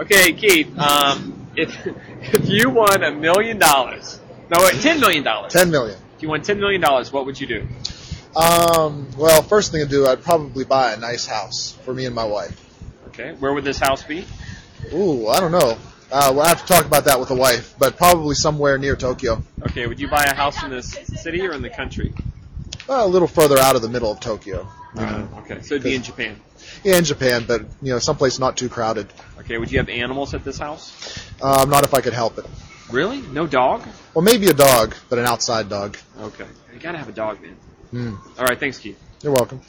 Okay, Keith. Um, if if you won a million dollars, no, wait, ten million dollars. Ten million. If you won ten million dollars, what would you do? Um, well, first thing I'd do, I'd probably buy a nice house for me and my wife. Okay, where would this house be? Ooh, I don't know. Uh, we'll have to talk about that with the wife, but probably somewhere near Tokyo, Okay, would you buy a house in this city or in the country? uh, a little further out of the middle of Tokyo. Uh, okay, so it'd be in Japan. Yeah, in Japan, but you know, someplace not too crowded. Okay, would you have animals at this house? Um, not if I could help it. Really? No dog? Well, maybe a dog, but an outside dog. Okay, you gotta have a dog, man. Hmm. All right, thanks, Keith. You're welcome.